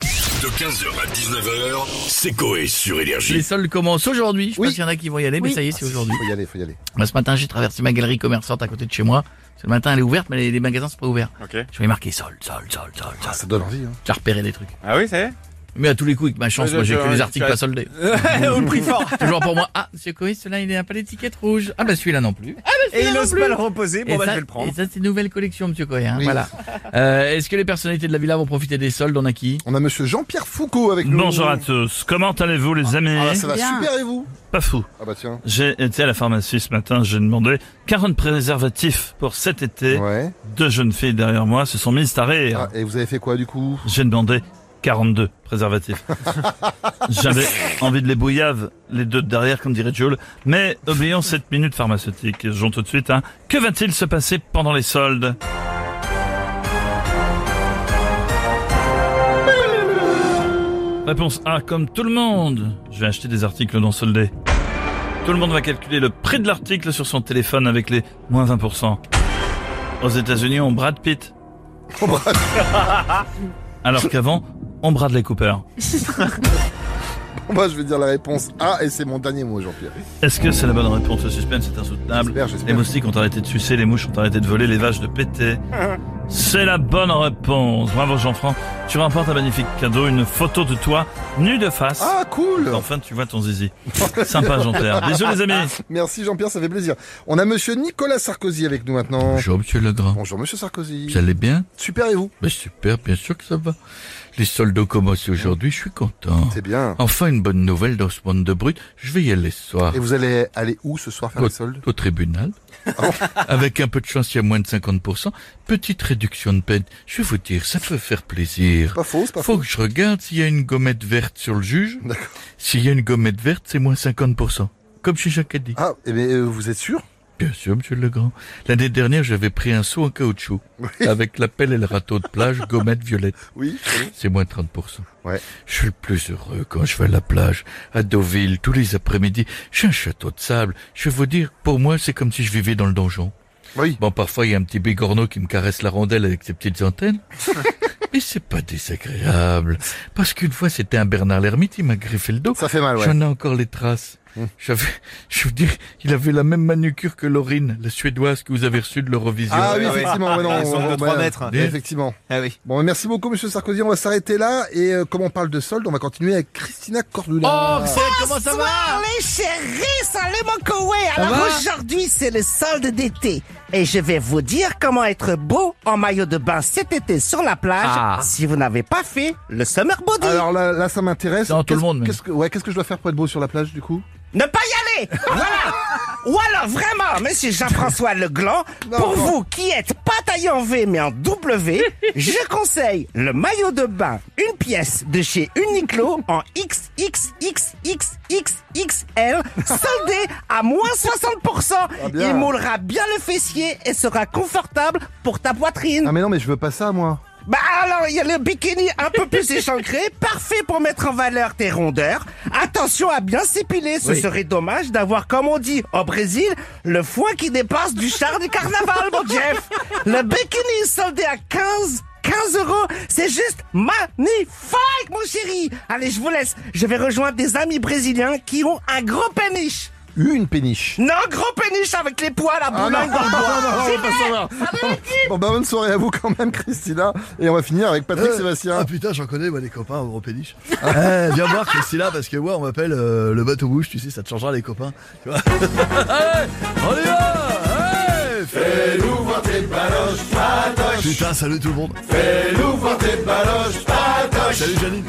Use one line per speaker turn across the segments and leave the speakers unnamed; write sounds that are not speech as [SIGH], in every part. De 15h à 19h, c'est Coé sur
Les
Énergie.
soldes commencent aujourd'hui. Je sais
Oui.
pas s'il y en a qui vont y aller, mais
Oui.
Eh ben, ça y est, c'est aujourd'hui.
Ah, Faut y aller, faut y aller.
Bah, ce matin, j'ai traversé ma galerie commerçante à côté de chez moi. Ce matin, elle est ouverte, mais les, les magasins sont pas ouverts.
Ok.
Je vais marquer soldes, soldes, soldes, soldes. soldes.
Ça donne envie. Hein.
J'ai repéré des trucs.
Ah oui, ça
[LAUGHS]
y est
Mais à tous les coups, avec ma chance,
Ouais,
moi, j'ai
je-
que
je-
les articles
je-
pas
[LAUGHS]
soldés.
Au prix fort
Toujours pour moi. Ah, monsieur Coé, celui-là, il n'a pas d'étiquette rouge. Ah, bah, celui-là non plus. Ah, bah,
Et
celui-là
il
non
n'ose
plus.
pas le reposer, bon
et,
bah
ça,
je vais le
et
prendre.
ça, c'est une nouvelle collection, monsieur Coé. Hein,
Oui.
Voilà. Euh, Est-ce que les personnalités de la villa vont profiter des soldes On a qui
On a monsieur Jean-Pierre Foucault avec nous.
Bonjour à tous, comment allez-vous les amis
Ah, bah, ça va
Bien.
super et vous
Pas fou.
Ah bah tiens.
J'ai été à la pharmacie ce matin, j'ai demandé 40 préservatifs pour cet été.
Ouais.
Deux jeunes filles derrière moi se sont mises à rire.
Ah, et vous avez fait quoi du coup [LAUGHS]
J'ai demandé 42 préservatifs. J'avais envie de les bouillave, les deux derrière comme dirait Jules. Mais oublions cette minute pharmaceutique, j'ont tout de suite. Hein. Que va-t-il se passer pendant les soldes Réponse A, comme tout le monde, je vais acheter des articles non soldés. Tout le monde va calculer le prix de l'article sur son téléphone avec les moins 20%. Aux États-Unis, on Brad Pitt. Alors qu'avant, on brade les coupeurs.
Moi je vais dire la réponse A et c'est mon dernier mot Jean-Pierre.
Est-ce que c'est la bonne réponse Le suspense est
Ah,
insoutenable.
J'espère, j'espère.
Les moustiques ont arrêté de sucer, les mouches ont arrêté de voler, les vaches de péter. C'est la bonne réponse. Bravo Jean-Franc. Tu remportes un magnifique cadeau, une photo de toi, nu de face.
Ah cool
Enfin, tu vois ton zizi. Sympa, Jean-Pierre. Bisous, les amis.
Merci Jean-Pierre, ça fait plaisir. On a monsieur Nicolas Sarkozy avec nous maintenant.
Bonjour, monsieur Legrand.
Bonjour monsieur Sarkozy.
allez bien
Super et vous
bah, Super, bien sûr que ça va. Les soldes ont commencé aujourd'hui, je suis content.
C'est bien.
Enfin, une bonne nouvelle dans ce monde de brut. Je vais y aller ce soir.
Et vous allez aller où ce soir faire
Au-
les soldes
Au tribunal.
Oh.
[LAUGHS] Avec un peu de chance, il y a moins de 50%. Petite réduction de peine. Je vais vous dire, ça peut faire plaisir.
Pas faux, c'est pas faux.
Faut que je regarde s'il y a une gommette verte sur le juge.
bah, D'accord.
S'il y a une gommette verte, c'est moins 50%. Comme chez Jacques Addy.
Ah, eh bien, euh, vous êtes sûr
Bien sûr, monsieur Legrand. L'année dernière, j'avais pris un seau en caoutchouc. Avec la pelle et le râteau de plage, gommette violette.
Oui.
C'est moins 30%.
Ouais.
Je suis le plus heureux quand je vais à la plage, à Deauville, tous les après-midi. J'ai un château de sable. Je vais vous dire, pour moi, c'est comme si je vivais dans le donjon.
Oui.
Bon, parfois, il y a un petit bigorneau qui me caresse la rondelle avec ses petites antennes.
[LAUGHS]
Mais c'est pas désagréable. Parce qu'une fois, c'était un Bernard l'ermite, il m'a griffé le dos.
Ça fait mal, Ah ouais. Hum.
J'en ai encore les traces. J'avais, je veux dire, il avait la même manucure que Laurine, la suédoise que vous avez reçue de l'Eurovision.
Ah oui,
Ouais, ouais.
effectivement. ouais, non,
Elles sont
on-
de
on-
trois
ouais,
mètres.
Effectivement.
Ah oui.
Bon, merci beaucoup, monsieur Sarkozy. On va s'arrêter là. Et euh, comme on parle de soldes, on va continuer avec Christina Cordula.
Oh, comment ça
Bonsoir les chéris, salut mon Koé Alors aujourd'hui c'est le solde d'été et je vais vous dire comment être beau en maillot de bain cet été sur la plage
Ah.
si vous n'avez pas fait le summer body.
Alors là, là ça m'intéresse.
Dans tout
Qu'est-ce-
le monde, même.
Qu'est-ce que, ouais, qu'est-ce que je dois faire pour être beau sur la plage, du coup
Ne pas
[LAUGHS]
y aller Voilà Ou alors vraiment, monsieur Jean-François Legland, pour
non.
vous qui êtes pas taillé en V mais en
[LAUGHS]
W, je conseille le maillot de bain, une pièce de chez Uniqlo en XXXXXXL, soldé à moins 60%.
Ah, bien.
Il moulera bien le fessier et sera confortable pour ta poitrine.
Ah mais non, mais je veux pas ça, moi.
Bah alors, il y a le bikini un peu plus
[LAUGHS]
échancré, parfait pour mettre en valeur tes rondeurs. Attention à bien s'épiler, ce
Oui.
serait dommage d'avoir, comme on dit au Brésil, le foin qui dépasse du char du carnaval, mon Jeff. Le bikini soldé à 15... 15 euros, c'est juste magnifique, mon chéri. Allez, je vous laisse. Je vais rejoindre des amis brésiliens qui ont un gros péniche.
Une péniche.
Non, gros péniche avec les poils à
Ah non,
boulingue dans le bois.
non, non, on va pas savoir. Bon, bah, bonne soirée à vous quand même, Christina. Et on va finir avec Patrick
Euh,
Sébastien.
Ah putain, j'en connais, moi, des copains au gros péniche. eh, viens voir Christina, parce que moi, on m'appelle euh, le bateau bouche, tu sais, ça te changera les copains. Tu vois [LAUGHS] Allez, on y va Hey Putain, salut tout le monde. Salut Janine.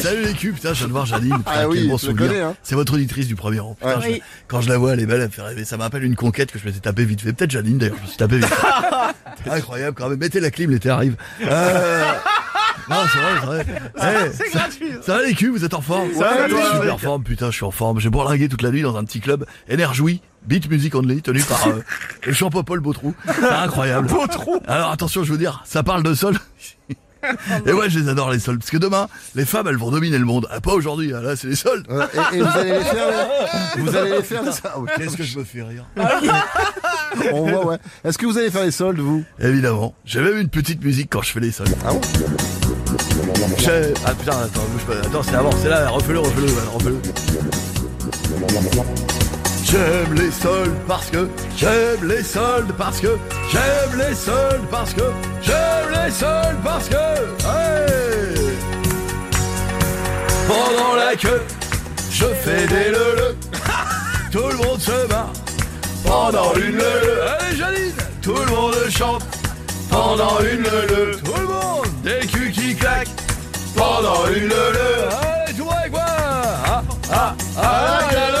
Salut les culs, putain, je viens de voir Janine. Putain,
Ah
quel
oui,
bon
je le
souvenir.
connais, hein.
C'est votre auditrice du premier rang. Putain,
Ouais.
je- quand je la vois, elle est belle, elle me fait rêver. Ça me rappelle une conquête que je m'étais tapée vite fait. Peut-être Janine d'ailleurs, je me suis tapé vite
[LAUGHS]
fait. Incroyable quand même. Mettez la clim, l'été arrive. Euh, Non, c'est vrai, c'est vrai. C'est gratuit. Ça va les culs, vous êtes en forme
va,
Je suis
toi,
super forme, putain, je suis en forme. J'ai bourlingué toute la nuit dans un petit club énerjoui. Beat Music Only, tenu par euh, le champ Paul Beautrou. C'est incroyable. Beautrou Alors attention, je veux dire, ça parle de sol. Et ouais, je les adore les soldes, parce que demain, les femmes, elles vont dominer le monde. Ah, pas aujourd'hui, hein, là, c'est les soldes.
Euh, et, et vous allez les faire, les- vous allez les faire, les-
Qu'est-ce que je me fais rire
On voit, ouais. Est-ce que vous allez faire les soldes, vous
Évidemment. J'ai même une petite musique quand je fais les sols.
Ah bon
J'ai- Ah putain, attends, bouge pas. Attends, c'est avant, c'est là, refais-le, refais-le, ouais, refais-le. J'aime les soldes parce que, j'aime les soldes parce que, j'aime les soldes parce que, j'aime les soldes parce que, hey Pendant la queue, je fais des leleux, [LAUGHS] tout le monde se marre. Pendant une leleu, allez Janine, tout le monde chante. Pendant une leleu, tout le monde, des culs qui claquent. Pendant une leleu, allez tout avec moi. Ah, ah, ah, la leleu.